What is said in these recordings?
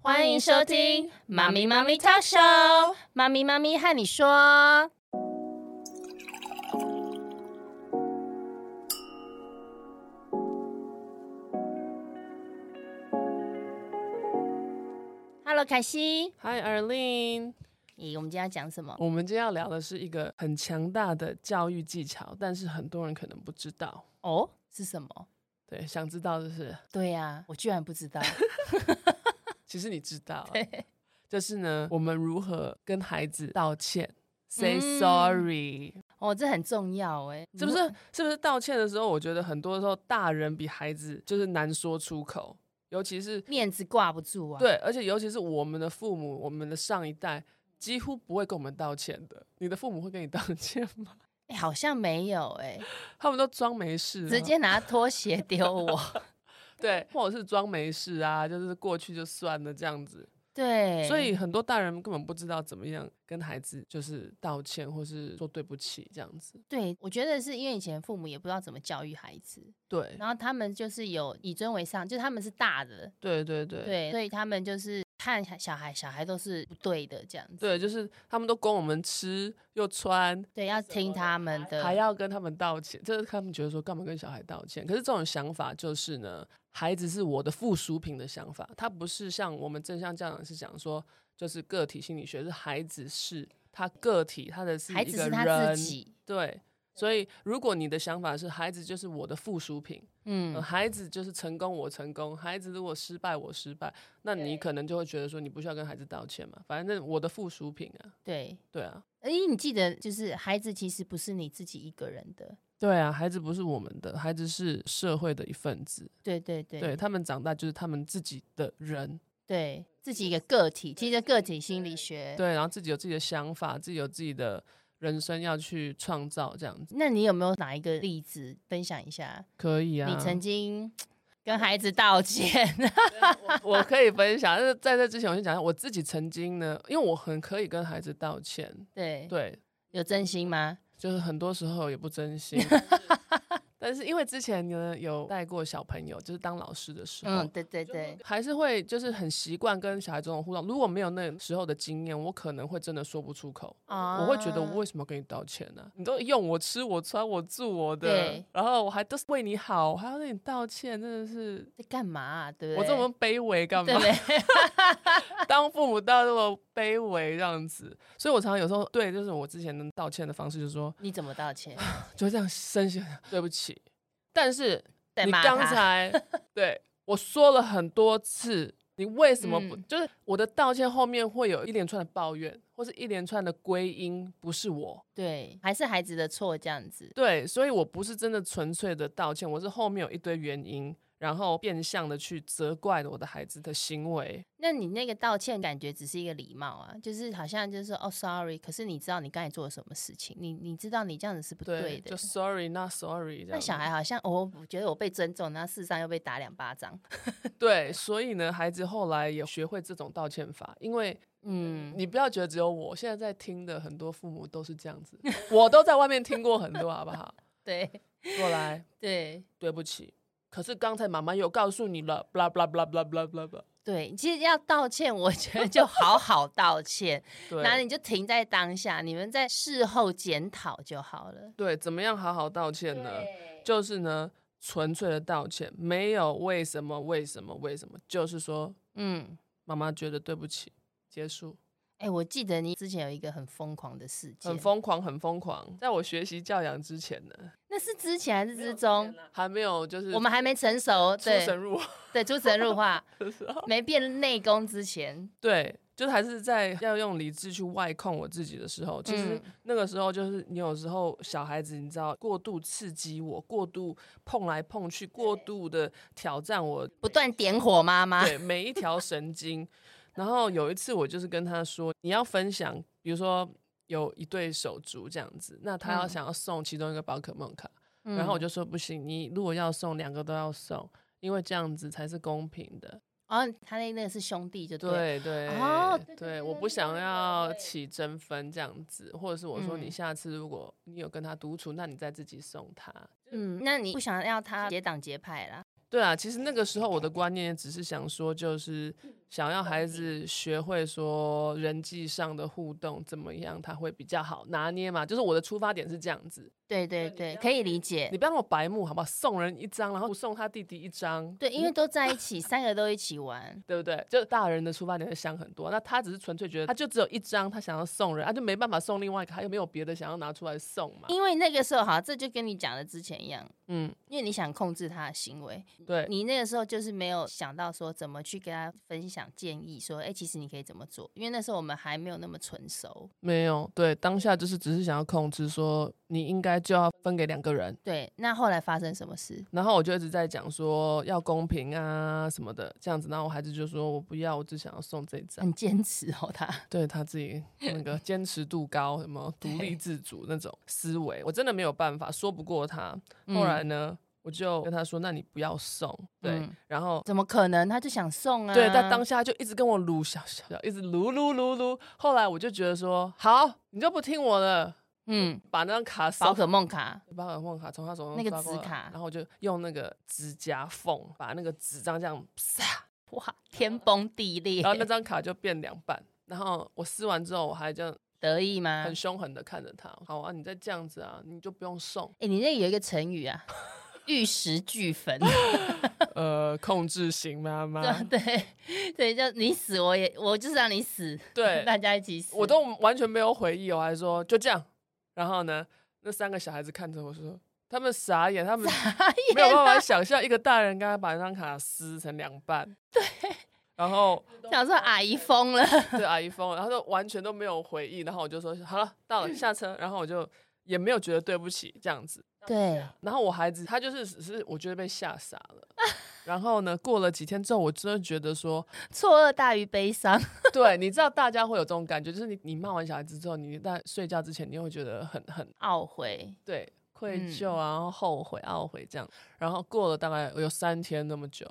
欢迎收听《妈咪妈咪 talk show》，妈咪妈咪和你说。Hello，凯西，嗨，Arlene，咦，我们今天要讲什么？我们今天要聊的是一个很强大的教育技巧，但是很多人可能不知道。哦，是什么？对，想知道就是，对啊呀、我居然不知道。其实你知道，啊对就是呢，我们如何跟孩子道歉，say 嗯 sorry，、 哦，这很重要哎，是不是？是不是道歉的时候，我觉得很多时候大人比孩子就是难说出口，尤其是面子挂不住啊？，对，而且尤其是我们的父母，我们的上一代。几乎不会跟我们道歉的，你的父母会跟你道歉吗？哎、好像没有哎、他们都装没事啊、直接拿拖鞋丢我。对，或者是装没事啊，就是过去就算了这样子。 对，所以很多大人根本不知道怎么样跟孩子就是道歉，或是说对不起这样子。对，我觉得是因为以前父母也不知道怎么教育孩子，对，然后他们就是有以尊为上，就是他们是大的，对对对对，所以他们就是看小孩，小孩都是不对的这样子，对就是他们都供我们吃又穿，对，要听他们的，还要跟他们道歉，这是他们觉得说干嘛跟小孩道歉？可是这种想法就是呢，孩子是我的附属品的想法，他不是像我们正向教养是讲说，就是个体心理学是孩子是他个体，他的是孩一子个是他人自己，对，所以如果你的想法是孩子就是我的附属品，呃嗯，孩子就是成功我成功，孩子如果失败我失败，那你可能就会觉得说你不需要跟孩子道歉嘛，反正我的附属品啊，对。对啊，哎，你记得，就是孩子其实不是你自己一个人的，对啊，孩子不是我们的，孩子是社会的一份子，对对对对他们长大就是他们自己的人，对自己一个个体，其实个体心理学。对，然后自己有自己的想法，自己有自己的人生要去创造，这样子那你有没有哪一个例子分享一下？可以啊，你曾经跟孩子道歉， 我可以分享，但是在这之前，我先讲一下我自己曾经呢，因为我很可以跟孩子道歉，对，对，有真心吗？就是很多时候也不 真心。但是因为之前呢有带过小朋友，就是哦当老师的时候，嗯，对对对，还是会就是很习惯跟小孩这种互动。如果没有那时候的经验，我可能会真的说不出口。啊我会觉得我为什么要跟你道歉呢、你都用我吃我穿我住我的对，然后我还都是为你好，我还要跟你道歉，真的是在干嘛啊、对不我对？这么卑微干嘛对？不对？ 当父母到这么卑微这样子，所以我常常有时候对，就是我之前的道歉的方式，就是说，你怎么道 歉？就这样深深对不起。但是在你骂刚他才 对我说了很多次，你为什么不？嗯就是我的道歉后面会有一连串的抱怨，或是一连串的归因，不是我 对，还是孩子的错这样子。对，所以我不是真的纯粹的道歉，我是后面有一堆原因，然后变相的去责怪我的孩子的行为。那你那个道歉感觉只是一个礼貌啊，就是好像就是说哦，sorry，可是你知道你刚才做了什么事情，你你知道你这样子是不对的就。sorry not sorry 这样啊那子。小孩好像哦，我觉得我被尊重，然后事实上又被打两巴 掌。对，所以呢，孩子后来也学会这种道歉法，因为嗯，你不要觉得只有我，现在在听的很多父母都是这样子，我都在外面听过很多，好不好？ 对过来，对对不起，可是刚才妈妈有告诉你了，blah blah blah blah blah blah blah，对，其实要道歉，我觉得就好好道歉，然后 对你就停在当下，你们在事后检讨就好了。对，怎么样好好道歉呢？对，就是呢，纯粹的道歉，没有为什么为什么为什么，就是说嗯，妈妈觉得对不起，结束。哎、我记得你之前有一个很疯狂的事件，很，疯狂，很疯狂。在我学习教养之前呢，那是之前还是之中？还没有就是嗯我们还没成熟，出对神入化对，出神入化，的时候，没变内功之前，对，就是还是在要用理智去外控我自己的时候，其实嗯那个时候就是你有时候小孩子，你知道过度刺激我，过度碰来碰去，过度的挑战我，不断点火妈妈，对每一条神经。然后有一次我就是跟他说，你要分享，比如说有一对手足这样子，那他要嗯想要送其中一个宝可梦卡，嗯然后我就说不行，你如果要送两个都要送，因为这样子才是公平的。哦，他那那个是兄弟就对，对对哦对对对对，对我对不对想对要对起争分这样子，或者是我说嗯你下次如果你有跟他独处，那你再自己送他。嗯，那你不想要他结党结派啦？对啊，其实那个时候我的观念只是想说，就是想要孩子学会说人际上的互动怎么样，他会比较好拿捏嘛。就是我的出发点是这样子，对对对，可以理解你。不要那么白目好不好？送人一张，然后送他弟弟一张，对，因为都在一起，三个都一起 玩。对不对？就大人的出发点会想很多，那他只是纯粹觉得他就只有一张，他想要送人，他就没办法送另外一个，他又没有别的想要拿出来送嘛。因为那个时候，好，这就跟你讲的之前一样，嗯，因为你想控制他的行为，对，你那个时候就是没有想到说怎么去跟他分享建议，说，哎、其实你可以怎么做，因为那时候我们还没有那么成熟。没有，对，当下就是只是想要控制说你应该就要分给两个人。对，那后来发生什么事？然后我就一直在讲说要公平啊什么的这样子，然后我孩子就说我不要，我只想要送这张。很坚持哦，他对他自己那个坚持度高，什 么独立对自主那种思维，我真的没有办法说不过他。 嗯后来呢，我就跟他说：“那你不要送。”对，嗯然后怎么可能？他就想送啊。对，但当下就一直跟我撸小小，一直撸撸撸撸。后来我就觉得说：“好，你就不听我的，嗯，把那张卡扫宝可梦卡，把耳梦卡从他手上那个抓过纸来卡然后我就用那个指甲缝把那个纸张这样 啪，哇，天崩地裂，然后那张卡就变两半。然后我撕完之后，我还这样得意吗？很哎、凶狠的看着他，好啊，你再这样子啊，你就不 用送。哎你那有一个成语啊，玉石俱 焚。呃，控制型妈妈，对 对，就你死我也，我就是让你死，对 大家一起死。我都完全没有回忆，我还说就这样。然后呢，那三个小孩子看着我说，他们傻眼， 他们 没有办法想象一个大人刚刚把那张卡撕成两半。对，然后想说阿姨疯了，对阿姨疯了，然后就完全都没有回应，然后我就说好了，到了下车，然后我就也没有觉得对不起这样子，对，然后我孩子他就是只是我觉得被吓傻了，然后呢，过了几天之后，我真的觉得说，错愕大于悲伤。 对，你知道大家会有这种感觉，就是你你骂完小孩子之后，你在睡觉之前，你会觉得很很懊悔，对愧嗯疚啊，然后后悔懊悔这样，然后过了大概有三天那么久。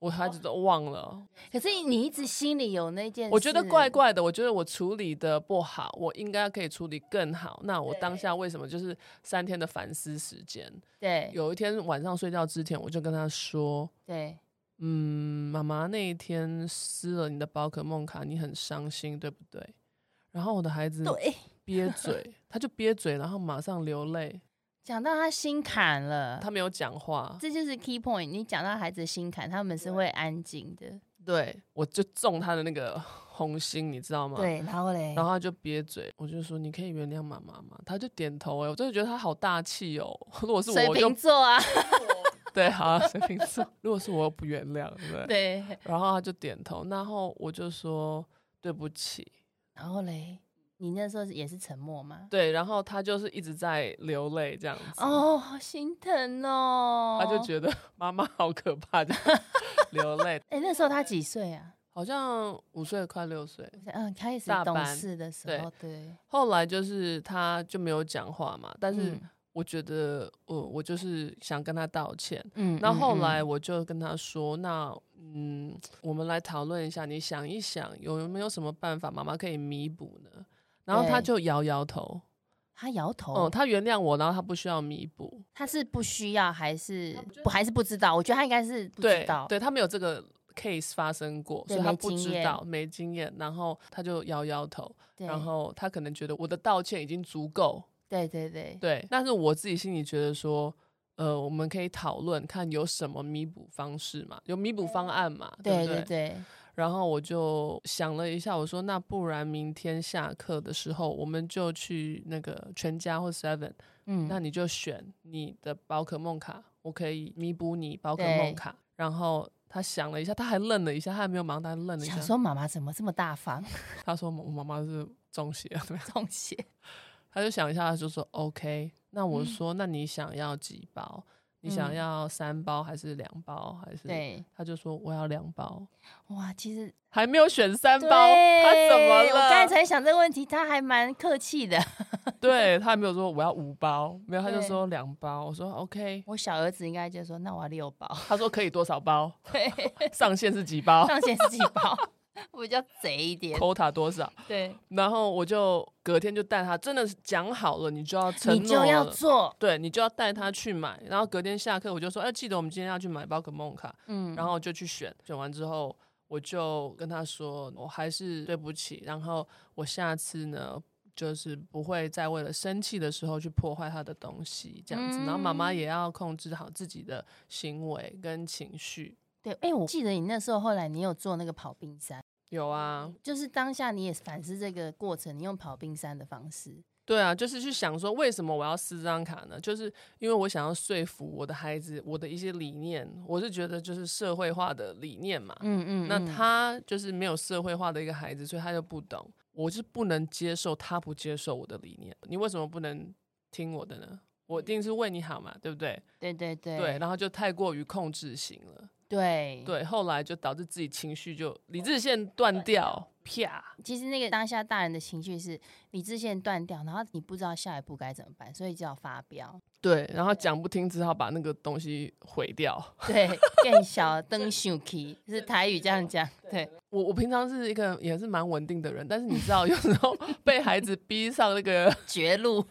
我孩子都忘了，可是你一直心里有那件事，我觉得怪怪的，我觉得我处理的不好，我应该可以处理更好。那我当下为什么就是三天的反思时间？对有一天晚上睡觉之前，我就跟他说对：“嗯，妈妈那一天撕了你的宝可梦卡，你很伤心，对不对？”然后我的孩子对， 憋嘴，他就憋嘴，然后马上流泪，讲到他心坎了，他没有讲话。呃这就是 key point。你讲到孩子的心坎，他们是会安静的，对，我就中他的那个红心，你知道吗？对，然后嘞，然后他就憋嘴，我就说你可以原谅妈妈吗？他就点头、哎，我真的觉得他好大气哦。如果是我，水我就瓶座啊，对，好、啊，水瓶座。如果是我，我不原谅，对不对？ 对，然后他就点头，然后我就说对不起，然后嘞，你那时候也是沉默吗？对，然后他就是一直在流泪这样子，哦，好心疼哦，他就 觉得妈妈好可怕，这样流泪。哎、那时候他几岁啊？好像五岁快六岁，嗯，开始大懂班事的时对候，对，后来就是他就没有讲话嘛，但是嗯我觉得，呃，我就是想跟他道歉。嗯那后嗯嗯来我就跟他说：“那嗯，我们来讨论一下，你想一想，有没有什么办法，妈妈可以弥补呢？”然后他对就摇摇头，他摇头，哦、他原谅我，然后他不需要弥补，他是不需要还是不还是不知道？我觉得他应该是不知对道，对，他没有这个 case 发生过，所对以他没不经知验道，没经验，然后他就摇摇头，对然后他可能觉得我的道歉已经足够，对对对对，但是我自己心里觉得说，呃，我们可以讨论看有什么弥补方式嘛，有弥补方案嘛，嗯对不对对，然后我就想了一下，我说那不然明天下课的时候，我们就去那个全家或 Seven，、嗯，那你就选你的宝可梦卡，我可以弥补你宝可对梦卡。然后他想了一下，他还愣了一下，他还没有忙，他愣了一想下，说妈妈怎么这么大方，啊他说我妈妈是中邪，怎么样中邪， 他就想一下，他就说 OK。那我说，那你想要几包？你想嗯要三包还是两包？还是？对，他就说我要两包，哇，其 实还没有选三对包，他怎么了？我刚才才想这个问题，他还蛮客气的。 对他也没有说我要五包，没有，他就对说两包。我说 OK，我小儿子应该就说，那我要六包，他说可以多少 包，对，上限是几包上限是几包？ 我比较贼一点， ，quota 多少。对，然后我就隔天就带他，真的是讲好了，你就要承你诺就要了。做，对你就要带他去买，然后隔天下课我就说，哎、记得我们今天要去买宝可梦卡，嗯，然后就去选，选完之后我就跟他说，我还是对不起，然后我下次呢，就是不会再为了生气的时候去破坏他的东西，这样子。然后妈妈也要控制好自己的行为跟情绪。对，哎、我记得你那时候后来你有做那个跑冰山，有啊，就是当下你也反思这个过程，你用跑冰山的方式，对啊，就是去想说，为什么我要撕这张卡呢？就是因为我想要说服我的孩子，我的一些理念，我是觉得就是社会化的理念嘛。嗯嗯那嗯他就是没有社会化的一个孩子，所以他就不懂。我是不能接受他不接受我的理念，你为什么不能听我的呢？我一定是为你好嘛，对不对？对对对对，然后就太过于控制型了，对，对，后来就导致自己情绪就理智线断掉，啪，其实那个当下大人的情绪是理智线断掉，然后你不知道下一步该怎么办，所以就要发 飙，对，然后讲不听，只好把那个东西毁掉。 对，更小灯想起是台语这样讲，对，我我平常是一个也是蛮稳定的人，但是你知道，有时 候被孩子逼上那个绝路，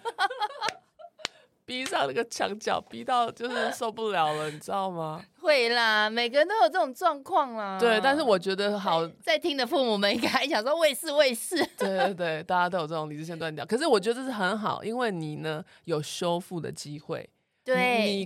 逼上那个墙角，逼到就是受不了了，你知道吗？会啦，每个人都有这种状况啦。对，但是我觉得好，在听的父母们应该还想说，我也是，我也 是，对对对，大家都有这种理智线断掉。可是我觉得这是很好，因为你呢有修复的机会，你你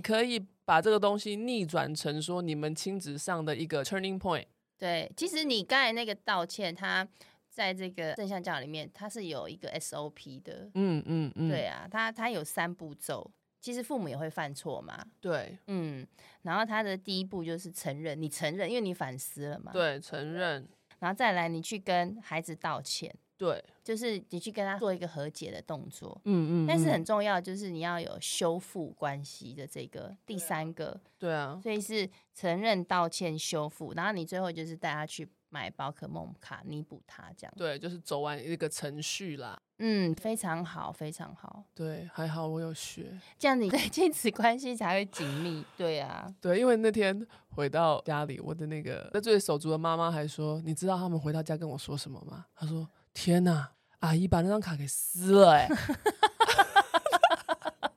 对可以把这个东西逆转成说你们亲子上的一个 turning point。对。其实你刚才那个道歉，他在这个正向教养里面，它是有一个 SOP 的，嗯嗯嗯，对啊，它它有三步骤。其实父母也会犯错嘛，对嗯，然后他的第一步就是承认，你承认，因为你反思了嘛，。对，承认然后再来，你去跟孩子道歉，对，就是你去跟他做一个和解的动作。嗯嗯但是嗯很重要，就是你要有修复关系的这个第三个，对啊，所以是承认、道歉、修复，然后你最后就是带他去买宝可梦卡弥补他这样。对，就是走完一个程序啦。嗯，非常好，非常好，对，还好我有学。这样你 的亲子关系才会紧密。对啊，对，因为那天回到家里，我的那个那最手足的妈妈还说：“你知道他们回到家跟我说什么吗？”她说：“天哪，阿姨把那张卡给撕了、欸。”哎，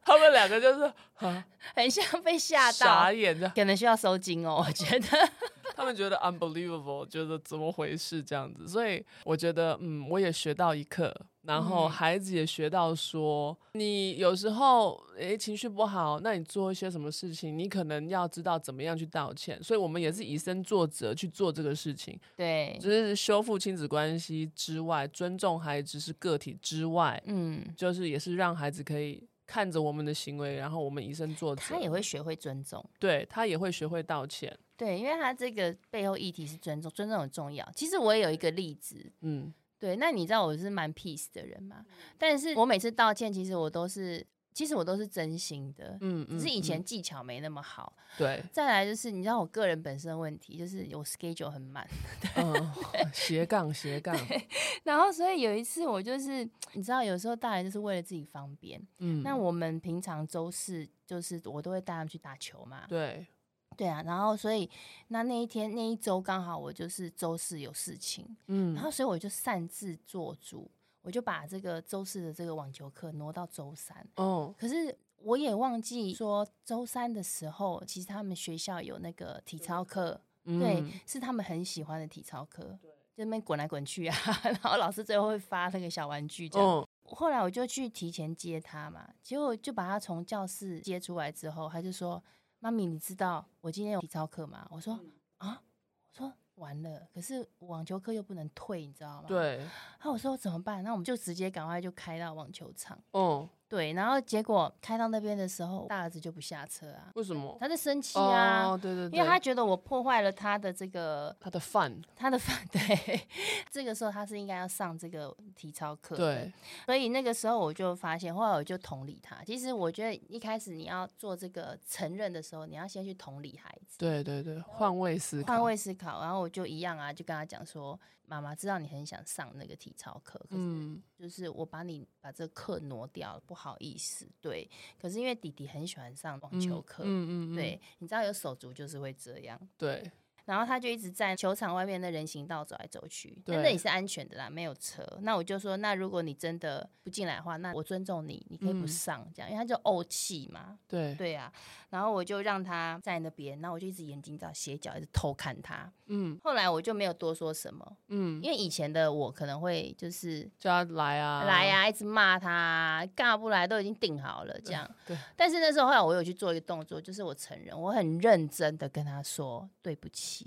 他们两个就是啊很像 被吓到傻，眼这样，可能需要收金哦，我觉得。 他们觉得 unbelievable，觉得怎么回事这样子。所以我觉得，嗯，我也学到一课，然后嗯孩子也学到说，你有时候诶情绪不好，那你做一些什么事情，你可能要知道怎么样去道歉。所以我们也是以身作则去做这个事情，对，就是修复亲子关系之外，尊重孩子是个体之外，嗯，就是也是让孩子可以。看着我们的行为，然后我们以身作则，他也会学会尊重。对他也会学会道歉。对，因为他这个背后议题是尊重，尊重很重要。其实我也有一个例子，嗯，对，那你知道我是蛮 peace 的人嘛，但是我每次道歉，其实我都是，其实我都是真心的，嗯只是以嗯前技巧没那么好。对，再来就是，你知道我个人本身的问题，就是我 schedule 很满，嗯，斜杠斜杠， 然后所以有一次我就是，你知道有时候大人就是为了自己方便，嗯，那我们平常周四就是我都会带他们去打球嘛，对，对啊，然后所以那那一天那一周刚好我就是周四有事情。然嗯，后所以我就擅自做主，我就把这个周四的这个网球课挪到周三。哦，可是我也忘记说，周三的时候，其实他们学校有那个体操课，对，嗯是他们很喜欢的体操课，就那边滚来滚去啊， 然后老师最后会发那个小玩具这样。哦，后来我就去提前接他嘛，结果就把他从教室接出来之后，他就说：“妈咪，你知道我今天有体操课吗？”我说：“嗯啊，我说完了，可是网球课又不能退，你知道吗？”。对，后我说怎么办？那我们就直接赶快就开到网球场。哦，对，然后结果开到那边的时候，大儿子就不下车啊，为什么？他在生气啊。哦，对对对，因为他觉得我破坏了他的这个他的饭，他的饭， 对，这个时候他是应该要上这个体操课，对，所以那个时候我就发现，后来我就同理他。其实我觉得一开始你要做这个承认的时候，你要先去同理孩子，对对对，换位思考，换位思考。然后我就一样啊，就跟他讲说：“妈妈知道你很想上那个体操课，可是嗯，就是我把你把这课挪掉了，不好意思。”对，可是因为弟弟很喜欢上网球嗯课，嗯嗯，嗯对，你知道有手足就是会这样。对，然后他就一直在球场外面的人行道走来走去，对但那也是安全的啦，没有车。那我就说，那如果你真的不进来的话，那我尊重你，你可以不嗯上、这样，因为他就怄气嘛，对，对啊。然后我就让他在那边，那我就一直眼睛找斜角，一直偷看他。嗯后来我就没有多说什么，嗯，因为以前的我可能会就是叫他来啊，来呀、一直骂他啊，干嘛不来，都已经定好了这样。对但是那时候后来我有去做一个动作，就是我承认，我很认真的跟他说对不起，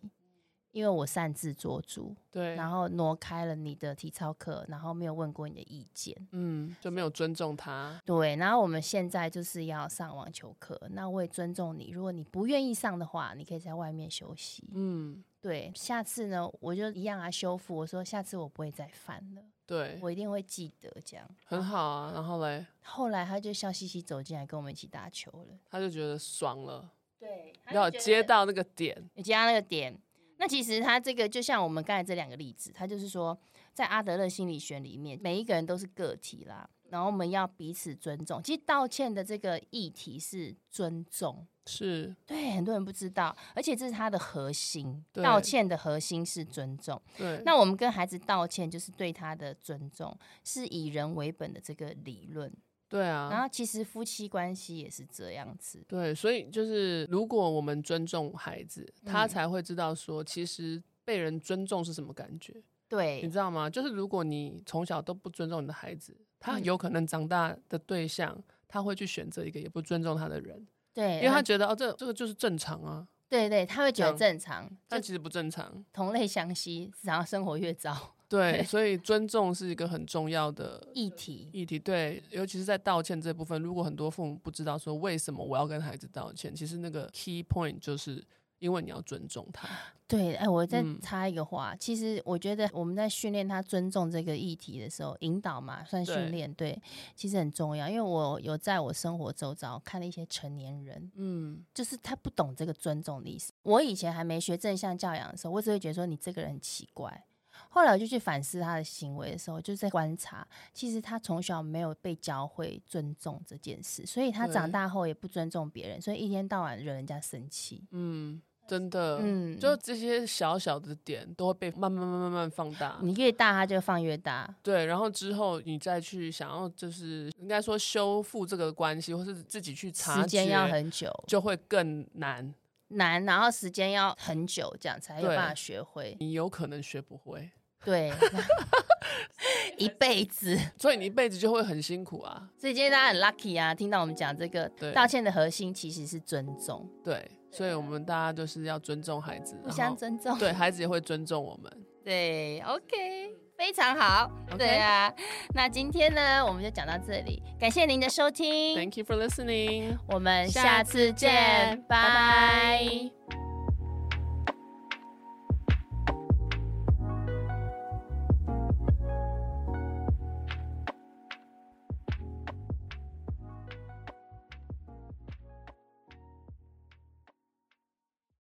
因为我擅自做主，对，然后挪开了你的体操课，然后没有问过你的意见。嗯，就没有尊重他，对，然后我们现在就是要上网球课，那我也尊重你。如果你不愿意上的话，你可以在外面休息。嗯，对，下次呢，我就一样啊修复。我说下次我不会再犯了，对，我一定会记得这样。很好啊。然后嘞，后来他就笑嘻嘻走进来跟我们一起打球了。他就觉得爽了，对，要接到那个点，有接到那个点。那其实他这个就像我们刚才这两个例子，他就是说，在阿德勒心理学里面，每一个人都是个体啦，然后我们要彼此尊重。其实道歉的这个议题是尊重，是对很多人不知道，而且这是它的核心。对道歉的核心是尊重。对，那我们跟孩子道歉，就是对他的尊重，是以人为本的这个理论。对然啊，后其实夫妻关系也是这样子，对，所以就是如果我们尊重孩子，他嗯才会知道说，其实被人尊重是什么感觉，你对知道吗？就是如果你从小都不尊重你的孩子，他嗯有可能长大的对象。他会去选择一个也不尊重他的人，对，呃啊因为他觉得哦，这这个就是正常啊，对对，他会觉这得样正常，但就其实不正 常。同类相吸，然后生活越糟，对，所以尊重是一个很重要的议题议题。对，尤其是在道歉这部分，如果很多父母不知道说为什么我要跟孩子道歉，其实那个 key point 就是因为你要尊重他。对，哎，我再嗯插一个话，其实我觉得我们在训练他尊重这个议题的时候，引导嘛算对训练，对，其实很重要。因为我有在我生活周遭看了一些成年人，嗯，就是他不懂这个尊重的意思。我以前还没学正向教养的时候，我只会觉得说你这个人很奇怪。后来我就去反思他的行为的时候，就在观察，其实他从小没有被教会尊重这件事，所以他长对大后也不尊重别人，所以一天到晚惹人家生气。嗯，真的，嗯，就这些小小的点都会被慢慢慢慢慢放大。你越大，他就放越大。对，然后之后你再去想要，就是应该说修复这个关系，或是自己去察时间要觉，很久就会更难。难，然后时间要很久，这样才有对办法学会。你有可能学不会， 对， 一辈子。所以你一辈子就会很辛苦啊。所以今天大家很 lucky 啊，听到我们讲这个对道歉的核心其实是尊重，对，所以我们大家就是要尊重孩子，互然相后尊重。对孩子也会尊重我们。对，OK，非常好。 OK 对啊，那今天呢，我们就讲到这里，感谢您的收听， Thank you for listening. 我们下下次见，见拜拜拜拜